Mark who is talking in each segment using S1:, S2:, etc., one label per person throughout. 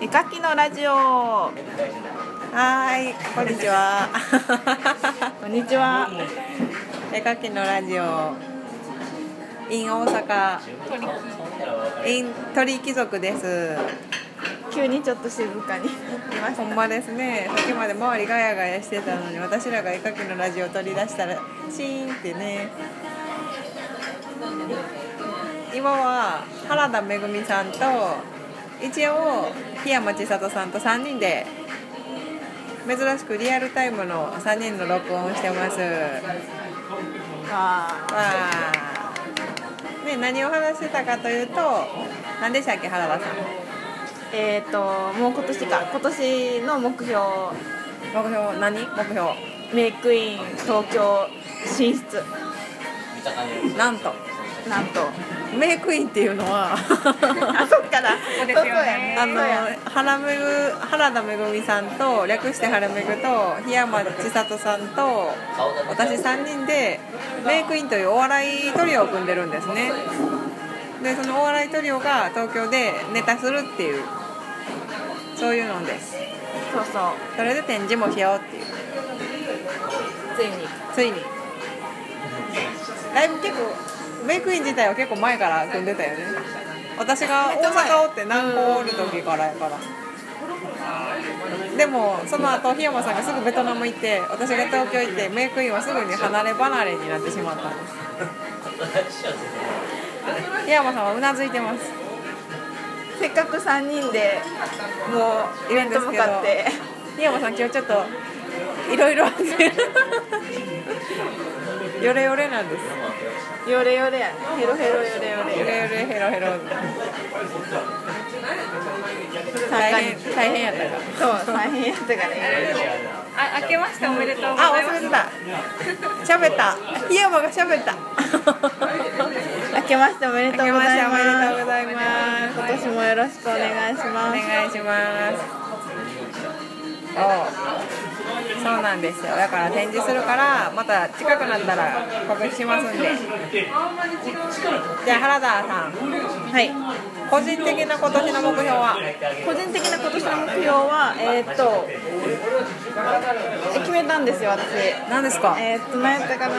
S1: 絵描きのラジオ。はーい、こんにちは。 こんにちは。絵描きのラジオ。in 大阪。in 鳥貴族です。
S2: 急にちょっと静かになってまし
S1: ほんまですね。さっきまで周りガヤガヤしてたのに、私らが絵描きのラジオを取り出したら、シーンってね。今は原田めぐみさんと一応檜山千里さんと3人で珍しくリアルタイムの3人の録音をしてますわ
S2: たわ
S1: あね何を話してたかというと何でしたっけ原田さん
S2: えっ、ともう今年か今年の目標
S1: 目標何目
S2: メイクイン東京進出
S1: 標なんと
S2: なんと
S1: メイクインっていうのは
S2: あそっかだ
S3: こですよね
S1: あ
S2: あ
S1: の
S2: の
S1: 原めぐ原田めぐみさんと略して原めぐと檜山千里さんと私3人でメイクインというお笑いトリオを組んでるんですねでそのお笑いトリオが東京でネタするっていうそういうのです
S2: そうそ
S1: それで展示もしようっていう
S2: うついに
S1: ついにライブ結構メイクイン自体は結構前から組んでたよね私が大阪おって南港おる時からやからでもその後檜山さんがすぐベトナム行って私が東京行ってメイクインはすぐに離れ離れになってしまったんです檜山さんはうなずいてます
S2: せっかく3人でもうイベント向かって
S1: 檜山さん今日ちょっといろいろあって ヨレヨレなんです
S2: ヨレヨレやねヘロヘロヨレ
S1: ゆ
S2: ヨレ
S1: るゆるヘロヘロ大
S2: 大
S1: 変
S2: 変
S1: 大変やったか
S2: そう大変やったからね
S3: あ、明けましておめでとうご
S1: あ
S3: ざい
S1: 忘
S3: ま
S1: れ
S3: す。
S1: てた喋った檜山が喋った
S2: 明けましておめでとうございます
S1: 明けましておめでとうございます
S2: 今年もよろしくお願いし
S1: お
S2: ます
S1: 願いしますおうそうなんですよだから展示するからまた近くなったら告知しますんでじゃあ原田さん
S2: はい
S1: 個人的な今年の目標は
S2: 個人的な今年の目標はえーっとえ決めたんですよ私
S1: 何ですか
S2: えーっと何やったかな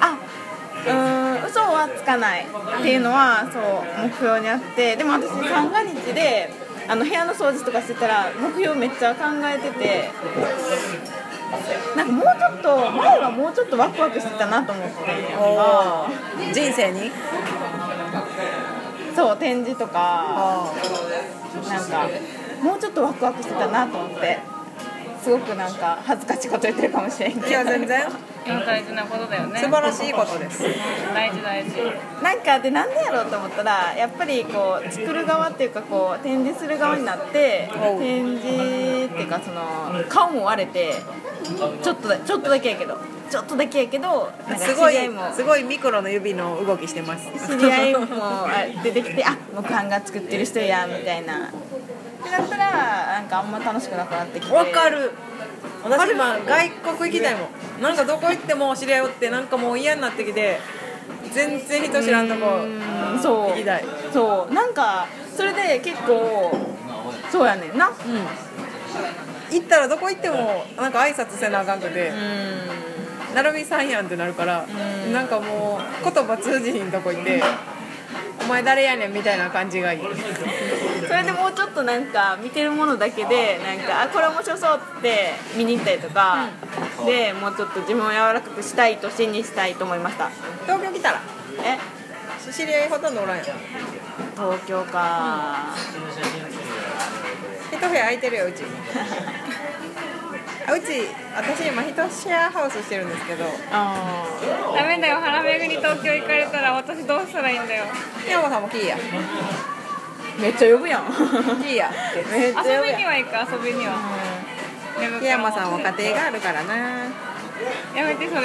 S2: あうーん嘘はつかないっていうのはそう目標にあってでも私三が日であの部屋の掃除とかしてたら目標めっちゃ考えててなんかもうちょっと前はもうちょっとワクワクしてたなと思って
S1: おー人生に
S2: そう展示とか
S1: おー
S2: なんかもうちょっとワクワクしてたなと思ってすごくなんか恥ずかしいこと言ってるかもしれんけど
S1: いや全然
S3: でも大事なことだよね。
S1: 素晴らしいことです
S3: 大事大事。
S2: なんかでなんでやろうと思ったらやっぱりこう作る側っていうかこう展示する側になって
S1: おう
S2: 展示っていうかその顔も割れてちょっとだちょっとだけやけどちょっとだけやけどなんか
S1: すご
S2: 知
S1: い
S2: り合いも
S1: すごいミクロの指の動きしてます
S2: 知り合いもあ出てきてあ木版が作ってる人やみたいなってなったらなんかあんま楽しくなくなってきて
S1: わかる私今外国行きたいもんなんかどこ行っても知り合いおってなんかもう嫌になってきて全然人知らんとこ
S2: うんそう
S1: 行きたい
S2: そうなんかそれで結構そうやねんなうん
S1: 行ったらどこ行ってもなんか挨拶せなあかんくて「なるみさんやん」ってなるからなんかもう言葉通じひんとこ行って「お前誰やねん」みたいな感じがいい
S2: それでもうちょっとなんか見てるものだけでなんかあこれ面白そうって見に行ったりとか、でもうちょっと自分を柔らかくしたい年にしたいと思いました
S1: 東京来たら
S2: え
S1: 知り合いほとんどおらんやん
S2: 東京か、
S1: 一部屋空いてるようちあうち私今一シェアハウスしてるんですけど
S2: あ
S3: ダメだよ。原めぐに東京行かれたら私どうしたらいいんだよ。
S1: 山さんもキーやキ
S2: ーめっちゃ呼ぶやん
S1: ーやって
S2: めっちゃ呼
S3: 遊
S2: ぶやん
S3: びには行く遊びには。眠
S1: 檜山さんは家庭があるからな
S3: やめて それ。い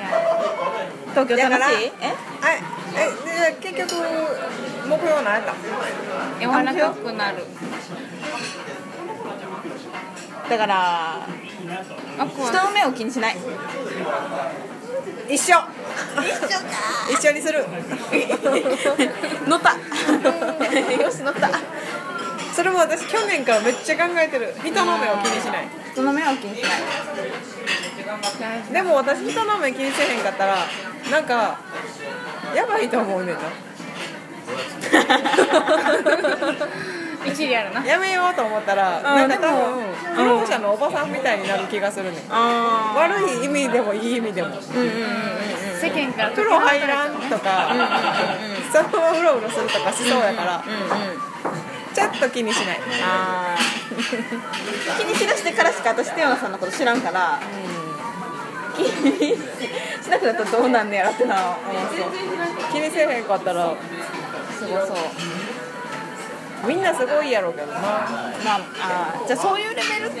S3: や
S2: 東京
S1: だから
S2: 楽しいえ
S1: あえで結局目標何やった
S3: 柔らかくなる。
S2: だから
S3: ワクワク
S2: 人の目を気にしない
S1: 一緒
S2: 一緒か
S1: 一緒一緒にする
S2: 乗ったよし乗った
S1: それも私去年からめっちゃ考えてる人の目を気にしない
S2: 人の目は気にし ない大事
S1: でも私人の目気にせへんかったらなんかやばいと思うねんな
S3: 一理あるな
S1: やめようと思ったら
S2: う
S1: なんんか多分
S2: でも
S1: 不老者のおばさんみたいになる気がするねん
S2: あ
S1: 悪い意味でもいい意味でも
S2: あうんうんうんうん
S3: 世間から
S1: 風呂入らんとかそのままうろうろするとかしそうやから
S2: うんうん
S1: ちょっと気にしない
S2: あー気にしだしてからしか私テオナさんのこと知らんから、気にしなくなったらどうなんねやろってな思
S1: 気にせえへんかったら
S2: うそうすごそう
S1: みんなすごいやろうけどな
S2: まああーじゃあそういうレベルそう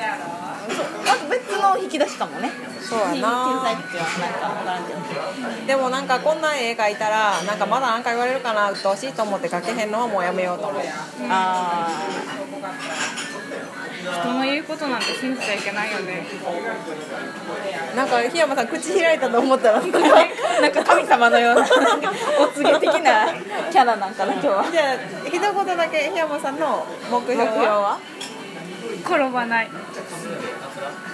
S2: まず別の引き出しかもね
S1: そうや
S2: 天
S1: な
S2: 才っていうのはなんか分からんけど
S1: でもなんかこんな絵描いたらなんかまだ何か言われるかなうっとうしいと思って描けへんのはもうやめようと思う
S2: あ
S3: 人の言うことなんて信じちゃいけないよね
S1: なんか檜山さん口開いたと思ったらなんか
S2: あなんか神様のようななんかお告げ的なキャラなんかな今 日は
S1: じゃあ一言だけ檜山さんの目標
S2: 目標
S1: は
S3: 転ばない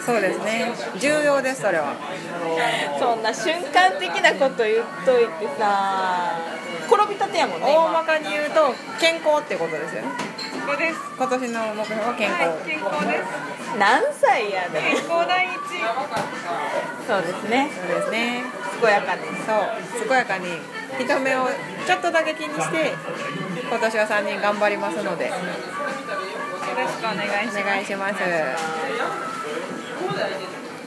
S1: そうですね重要ですそれは
S2: そんな瞬間的なこと言っといてさ転びたてやもんね
S1: 大
S2: 今
S1: まかに言うと健康ってことですよね
S3: ここです
S1: 今年の目標は健康、
S3: はい健康です
S2: 何歳やね
S3: 健康第一
S2: そうですね
S1: そうですね
S2: 健やかに
S1: そう健やかに人目をちょっとだけ気にして今年は3人頑張りますので
S3: よろしくお願い
S1: お
S3: し
S1: 願
S3: ま
S1: い
S3: す
S1: します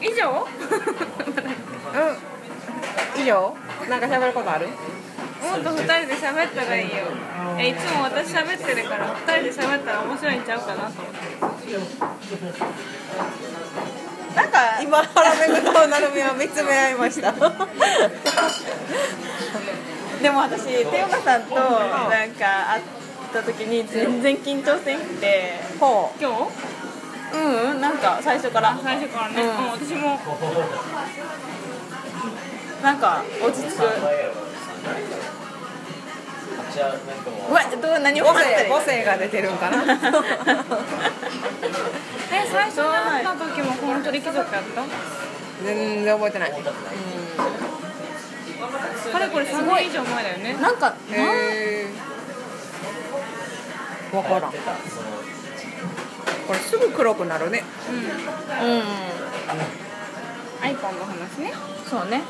S3: 以上
S1: うん以上なんか喋ることある
S3: もっと二人で喋ったらいいよえいつも私喋ってるから二人で喋ったら面白いんちゃうかなと思って
S2: なんか
S1: 今原めぐとなるみは見つめ合いました
S2: でも私テヨカさんとなんか会った時に全然緊張せんくて
S1: ほ
S3: 今日
S2: うんうんなんか最初から
S3: 最初からね、
S2: う
S3: うんん、私も
S2: なんか落ち着くうわどう何
S1: う
S2: を
S1: 母
S2: 話した
S1: 性母
S2: らいい
S1: 性が出てるんかな
S3: え最初に会った時もこの鳥貴族やった
S1: 全然覚えてない
S3: かれこれ3年以上前だよ ね
S2: なんかな
S1: へ
S2: ん
S1: えわからんこれすぐ黒くなるね
S3: うん
S2: うん
S3: iPhone の話ね
S2: そうね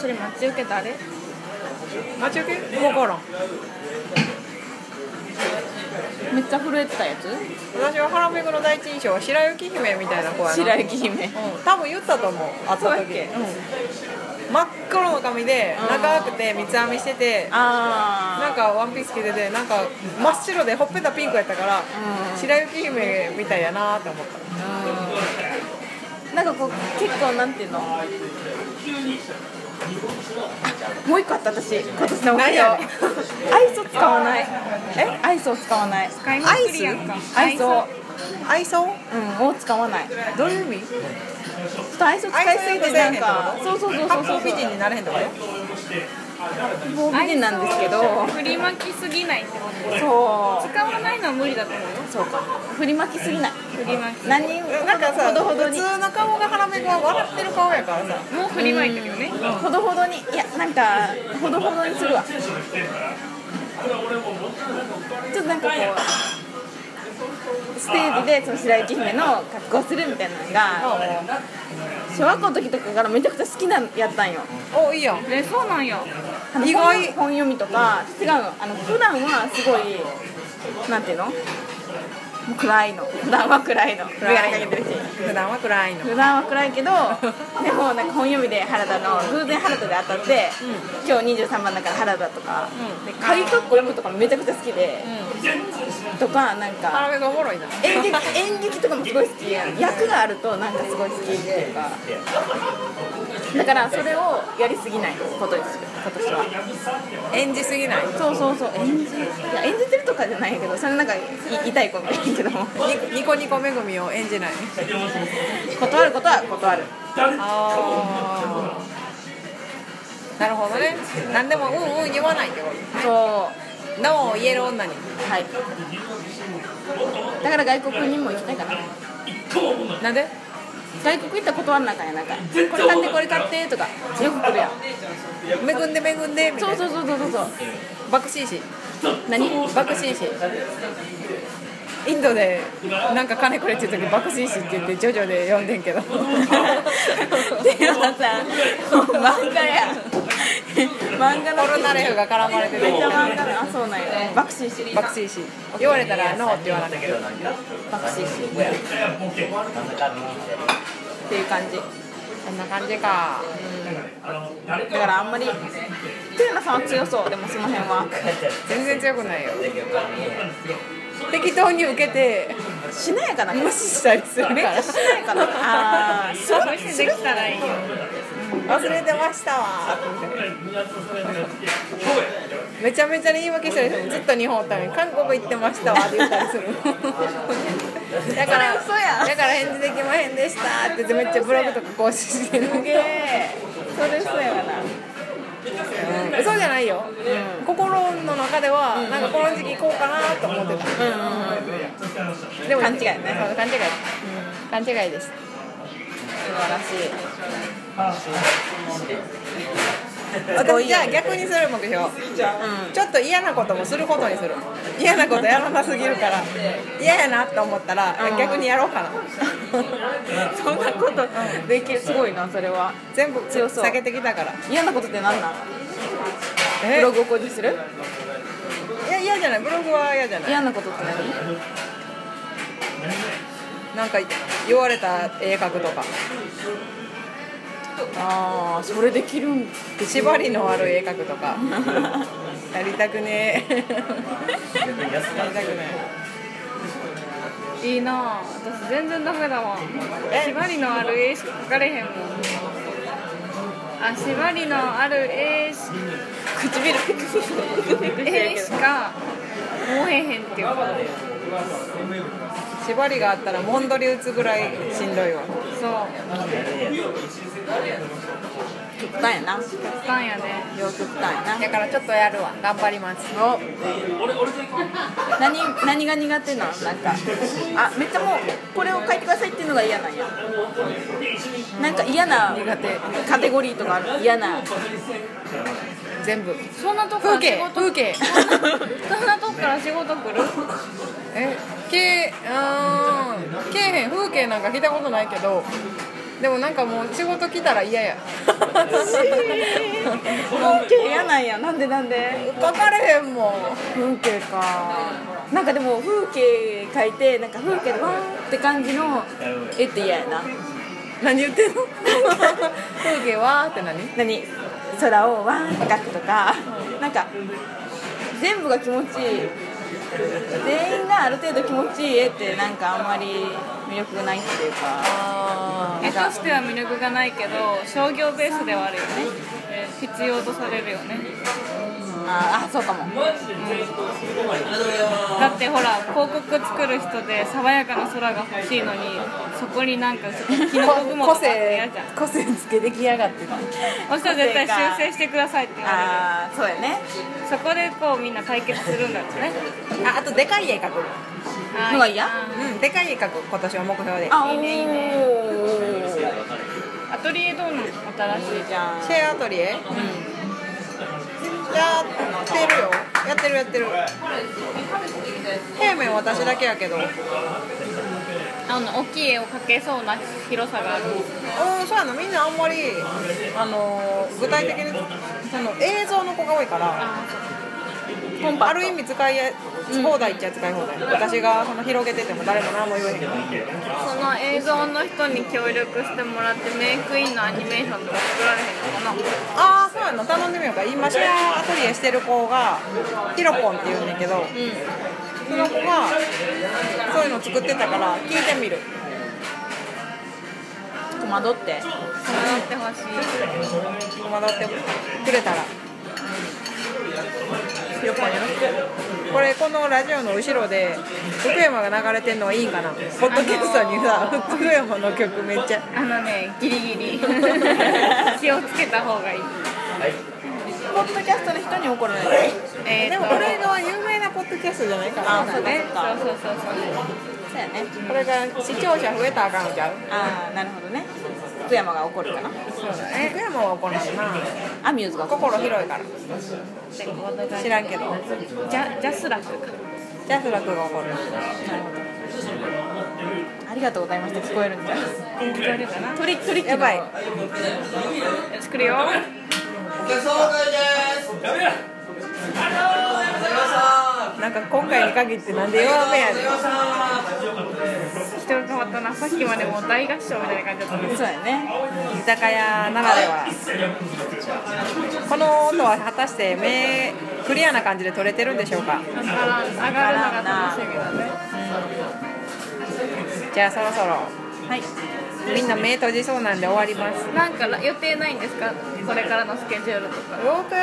S3: それ待ち受けたあれ
S1: 待ち受けわからん
S2: めっちゃ震えてたやつ
S1: 私は原めぐの第一印象は白雪姫みたいな子やな
S2: 白雪姫
S1: うん、多分言ったと思う会った時真っ黒の髪で
S2: うん
S1: 長くて三つ編みしてて
S2: ああ
S1: なんかワンピース着ててなんか真っ白でほっぺたピンクやったから
S2: うん
S1: 白雪姫みたいやなって思った
S2: なんかこう結構なんていうのあもう一個あった私今年の目
S1: 何
S2: 標
S1: やねん
S2: 愛想使わないえ愛想使わない
S3: 使いまくりやんか
S2: 愛想
S1: 愛想
S2: うんを使わないちょ
S1: どういう意味
S2: っと愛想使いすぎてなんかそうそうそうそう
S1: 発
S2: そ
S1: 泡
S2: う
S1: 美人になれへんとかね
S2: 八方美人なんですけど
S3: 振りまきすぎないってこと
S2: そ
S3: 使わないのは無理だと思うよ
S2: うそうか振りまきすぎない
S3: 振りまき
S2: 何
S1: なんかさ
S2: ほどほど
S1: 普
S2: に
S1: 通の顔が原めぐは笑ってる顔やからさ
S3: もう振りまいてるよね
S2: ほどほどにいやなんかほどほどにするわちょっとなんかこうステージでその白雪姫の格好をするみたいなのが小学校の時とかからめちゃくちゃ好きなんやったんよ
S1: おいいやんうん
S3: えそうなんや
S2: あの
S1: 意外
S2: 本本読みとか違うのあの普段はすごいなんていうのもう暗いの普段は暗いの眼鏡かけてるし
S1: 普段は暗いの
S2: 普段は暗いけどでもなんか本読みで原田の偶然原田で当たって、今日23番だから原田とか、
S1: うん
S2: で鍵括弧読むとかめちゃくちゃ好きで、とかなんか
S1: 原めぐおもろいな
S2: 演劇演劇とかもすごい好きやん役があるとなんかすごい好きっていうかだからそれをやりすぎないことにする今年は
S1: 演じすぎない
S2: そうそうそう演じいや演じてるとかじゃないけどそれなんかい痛い子みたいやけ ども
S1: にニコニコめぐみを演じない
S2: 断ることは断る
S1: あなるほどね何でもうんうん言わないってこ
S2: そう
S1: とノーを言える女に
S2: はいだから外国にも行きたいかな
S1: なんで
S2: 外国行ったら断んなあかんやんなんかこれ買ってこれ買ってとかよく来るやん
S1: 恵んで恵んでみ
S2: そ
S1: た
S2: う
S1: いな
S2: そうそうそうそうそう
S1: バクシーシ
S2: 何
S1: バクシーシインドでなんか金くれって言う時バクシーシって言ってジョジョで 呼んでんけど
S2: テーマさん漫画や漫画の
S1: コロナレフが絡まれて
S2: めっち
S1: て
S2: ゃ漫画のあそうなんやバクシーし
S1: バクシーシ言われたらノーって言わないけど
S2: バクシーしっていう感じ
S1: こんな感じか
S2: だからあんまりテーマさんは強そうでもその辺は
S1: 全然強くないよ適当に受けて
S2: しなやかな
S1: 無視したりするか
S2: めっちゃ
S1: ら
S2: しなやかなあー
S3: そう無視できたらいいよ
S1: 忘れてましたわめちゃめちゃ言い訳したりするずっと日本おったのに韓国行ってましたわって言ったりするだから
S2: それ嘘やん
S1: だから返事できまへんでしたって言ってめっちゃブログとか更新してる
S2: すげえそれそうやわな
S1: そうじゃないよ、心の中ではなんかこの時期行こうかなと思ってた、でも
S2: 勘違いね
S1: そう勘違い、勘違いです
S2: 素晴らしい
S1: 私じゃあ逆にする目標、ちょっと嫌なこともすることにする嫌なことやらなすぎるから嫌やなと思ったら、
S2: うん
S1: 逆にやろうかな
S2: そんなことできるすごいなそれは
S1: 全部
S2: 強そう
S1: 避けてきたから
S2: 嫌なことって何なのブ
S1: ブ
S2: ロ
S1: ログ
S2: グを更新する
S1: いや嫌じゃないブログは嫌じゃない
S2: 嫌なことって何
S1: なんか言われた絵描くとか
S2: ああそれできるん
S1: 縛りの悪い絵描くとかやりたくね えやりたくない
S3: いいなあ私全然ダメだわ
S1: え
S3: 縛りのある絵しか描かれへんもんあ縛りのある絵し
S2: 唇ピクピクピクピクして
S3: 絵
S2: るけ
S3: し
S2: ど
S3: か思えへんっていうか
S1: 縛りがあったらもんどり打つぐらいしんどいわ
S3: そう
S2: 極端やな
S3: あかんやね
S2: 両極端や
S1: だからちょっとやるわ頑張ります
S2: なお何何が苦手なのなんかあめっちゃもうこれを書いてくださいっていうのが嫌なんやなんか嫌な
S1: 苦手
S2: カテゴリーとかある嫌な
S1: 全部
S3: そんなとこか
S1: 風
S3: ら
S1: 景
S3: 仕事
S1: 風景
S3: そんなとこから仕事来る
S1: えけうーんけえへん風景なんか聞いたことないけどでもなんかもう仕事来たら嫌や
S2: 風景嫌なんやなんでなんで
S1: 書かれへんもん
S2: 風景かなんかでも風景描いてなんか風景でわーって感じの絵って嫌やな
S1: 何言ってんの風景はって何
S2: 何空をわーって描くとかなんか全部が気持ちいい全員がある程度気持ちいい絵ってなんかあんまり魅力がないっていうか
S1: あ
S3: 絵としては魅力がないけど商業ベースではあるよね必要とされるよね
S2: あーあそうかも
S3: だってほら広告作る人で爽やかな空が欲しいのにそこになんかちょっとキノコ雲と
S1: 個
S3: かって
S1: 性
S3: 嫌じゃん
S1: 個性つけてきやがって
S3: そしたら絶対修正してくださいって言わ
S2: ああそうやね
S3: れるそこでこうみんな対決するんだろうね
S1: ああとでかい絵描く
S3: あー
S2: のが嫌
S3: いいな
S1: うんでかい絵描く今年は目標で
S2: あ
S3: いいねいいね
S2: おー
S3: アトリエどうなの新し
S2: いいじゃん
S1: シェアアトリエ、やってるよやってるやってる平面私だけやけどうん
S3: いあの大きい絵を描けそうな広さがある
S1: そうやなみんなあんまり、あのー具体的にその映像の子が多いから
S3: あ
S2: コンパ
S1: ある意味使いや放題っちゃ使い放題、私がその広げてても誰も何も言えへんから
S3: その映像の人に協力してもらってメイクインのアニメーションとか作られへんのかな
S1: ああそうやな頼んでみようか今シェアアトリエしてる子がヒロポンって言うんだけど、その子がそういうの作ってたから聞いてみる
S2: 戸惑って
S3: 頼ってほしい
S1: 戸惑ってくれたら
S2: よくあります
S1: これこのラジオの後ろで福山が流れてんのはいいんかなポッドキャストにさ、福山の曲めっちゃ
S3: あのねギリギリ気をつけた方がいい
S2: ポッドキャストの人に怒られる
S3: えー
S1: で
S3: と
S1: もこれが有名なポッドキャストじゃないから
S2: あ
S3: そうねそうそうそうそう
S2: そうやね
S1: これが視聴者増えたらあかんのちゃう
S2: ああなるほどね福山が怒るかな
S1: そうだね福山は怒らんな
S2: アミューズが怒る
S1: 心広いから
S3: レコード会社
S1: 知らんけど
S3: ジャジャスラックか
S1: ジャスラ君が怒る
S2: なるほどありがとうございました聞こえるんじゃ
S3: 聞こえるかな
S2: トリトリッキー
S1: やばい
S2: の
S3: 作るよ
S1: なんか今回に限ってなんで弱めやねん
S3: 人が変わったなさっきまでもう大合唱みたいな感じだったね
S2: そうやね
S1: 居酒屋ならではこの音は果たして目クリアな感じで取れてるんでしょうか
S3: わからん上がるのが楽しみだね
S1: じゃあそろそろ
S2: はい
S1: みんな目閉じそうなんで終わります
S3: なんか予定ないんですかこれからのスケジュールとか
S1: 僕あ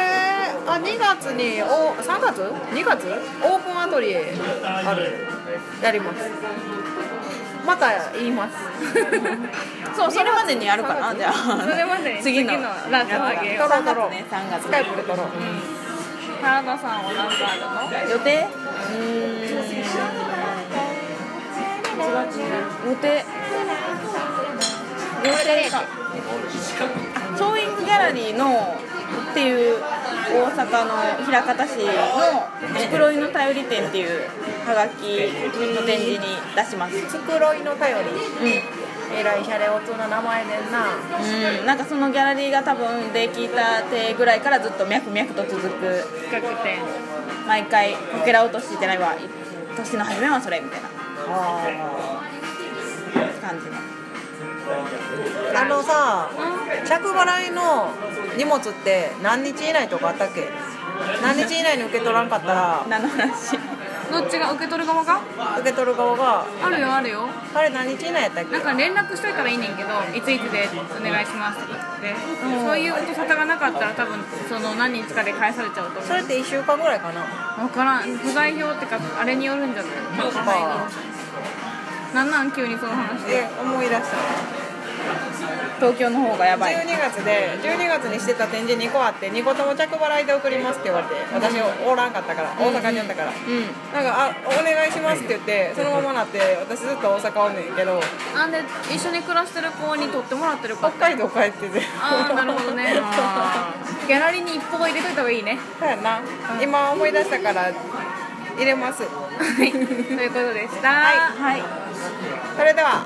S1: 2月にお3月2月オープンアトリエあるやりますまた言います
S2: そうそれまでにやるかなじゃあ
S3: それまでに
S2: 次の
S3: 次のラジオあげよう
S2: 3月ね3
S1: ス
S2: 月
S1: カイプで撮ろう
S3: 原田さんは何かあるの
S2: 予定うん予定予定かあショーイングギャラリーのっていう大阪の枚方市の袋井の頼り店っていうはがきの展示に出します、
S1: つくろいの頼り
S2: うん
S1: えらいシャレオツな名前でんな
S2: うん、なんかそのギャラリーが多分で聞いた手ぐらいからずっと脈々と続く
S3: 企画展
S2: 毎回こけら落としじゃないわ年の初めはそれみたいな
S1: あ
S2: 感じの
S1: ーあのさ着払いの荷物って何日以内とかあったっけ何日以内に受け取らんかったら
S2: 何の話
S3: どっちが受け取る側が
S1: 受け取る側が
S3: あるよあるよ
S1: あれ何日以内やったっけ
S3: なんか連絡しといたらいいねんけどいついつでお願いしますって言って、そういう音沙汰がなかったら多分その何日かで返されちゃうと思
S1: それって1週間ぐらいかな
S3: う分からん不在表ってかあれによるんじゃない
S1: か
S3: なんなん急にその話
S1: で思い出した
S2: 東京の方がやばい
S1: 12月で12月にしてた展示2個あって2個とも着払いで送りますって言われて私おらんかったから大阪におったから、
S2: う
S1: なんか「あお願いします」って言ってそのままなって私ずっと大阪おんねんけど
S3: なんで一緒に暮らしてる子に取ってもらってる子
S1: 北海道帰ってて
S3: ああなるほどね ギャラリーに一歩入れといた方がいいね
S1: そうやな今思い出したから入れます
S3: はいということでした、
S2: んはい
S1: それでは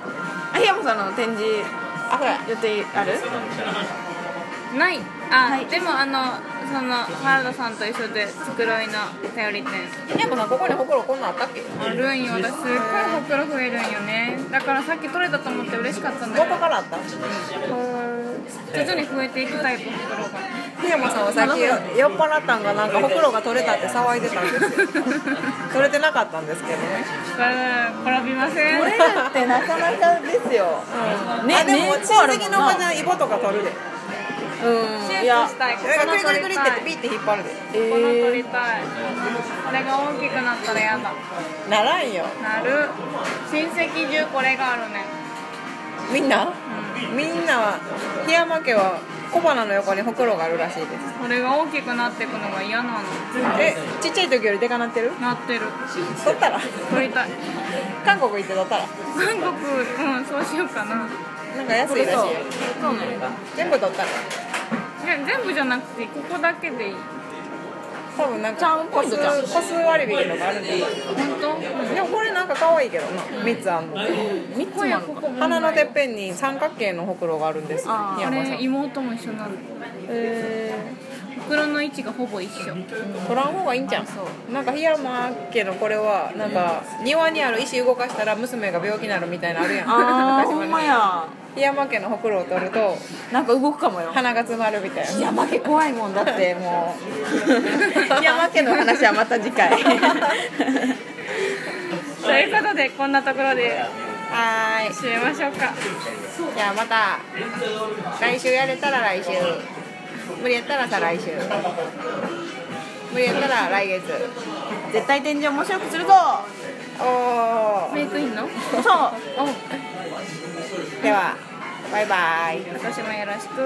S2: あ檜山さんの展示
S1: あほら
S2: 予定ある
S3: ないあ、
S2: はい
S3: でもあのその原田さんと一緒で繕いの頼り店
S1: でもさここにほくろこんなんあったっけ
S3: あるんよ私すっごいほくろ増えるんよねだからさっき取れたと思って嬉しかったんだ
S1: ど
S3: け
S1: こ
S3: ど
S1: からあった
S3: 徐々に増えていくタイプほくろが
S1: 福山さんはさっき酔っ払ったんがなんかほくろが取れたって騒いでたんですよ取れてなかったんですけどね
S3: これ転びません
S2: これだってなかなかですよ、うん、ね
S1: あで
S2: ね
S1: も
S2: こ
S1: 親
S2: あるも
S1: 戚
S2: ん
S1: のおばち
S2: な
S1: ゃんイボとか取るで
S2: うん
S3: 手
S2: い
S3: 術
S2: や
S3: したいこ
S1: なんか
S3: の
S1: クリクリク
S3: 取り
S1: リ
S3: た
S1: っ
S3: い
S1: てピって引っ張るで
S2: え
S3: この取り
S2: ー、
S3: たいこれが大きくなったらやだ
S1: ならんよ
S3: なる親戚中これがあるね
S1: みんなみんなは檜山家は小花の横にほくろがあるらしいです
S3: これが大きくなっていくのが嫌なの
S1: えちっちゃい時よりでかなってる
S3: なってる
S1: 取ったら
S3: 取りたい
S1: 韓国行って取ったら
S3: 韓国うんそうしようかな
S1: なんか安いらしいよ
S2: そうなんだ
S1: 全部取ったら
S3: いや全部じゃなくてここだけでいい
S1: 多分なん
S2: ちゃ
S1: か
S2: んポイントちゃん
S1: 個数割引とかあるんで
S3: 本当、うん
S1: でもこれなんか可愛いけどな3つあんの
S2: 三つも
S3: 今
S2: ある
S3: 夜
S2: の
S3: ここも
S1: 鼻のてっぺんに三角形のほくろがあるんですよ
S2: あー
S1: 檜
S3: あ
S1: 山さ
S3: れ
S1: ん
S3: 妹も一緒なの
S1: え
S3: 袋の位置がほぼ一緒
S1: ー取らん方がいいんじゃんなんか檜山家のこれはなんか庭にある石動かしたら娘が病気になるみたいなのあるやん
S2: あー
S1: 昔
S2: ほ
S1: 話
S2: んまや
S1: 檜山家のほくろを取ると
S2: なんか動くかもよ
S1: 鼻が詰まるみたいな
S2: 山家怖いもんだって もう 山家の話はまた次 回
S3: ということでこんなところで
S1: はーい
S3: 締めましょうか
S1: じゃあまた来週やれたら来週無理やったら再来週無理やったら来月
S2: 絶対展示を面白くする ぞ
S1: おー
S3: メイクインの
S2: そう
S1: ではバイバイ
S3: 私もよろしく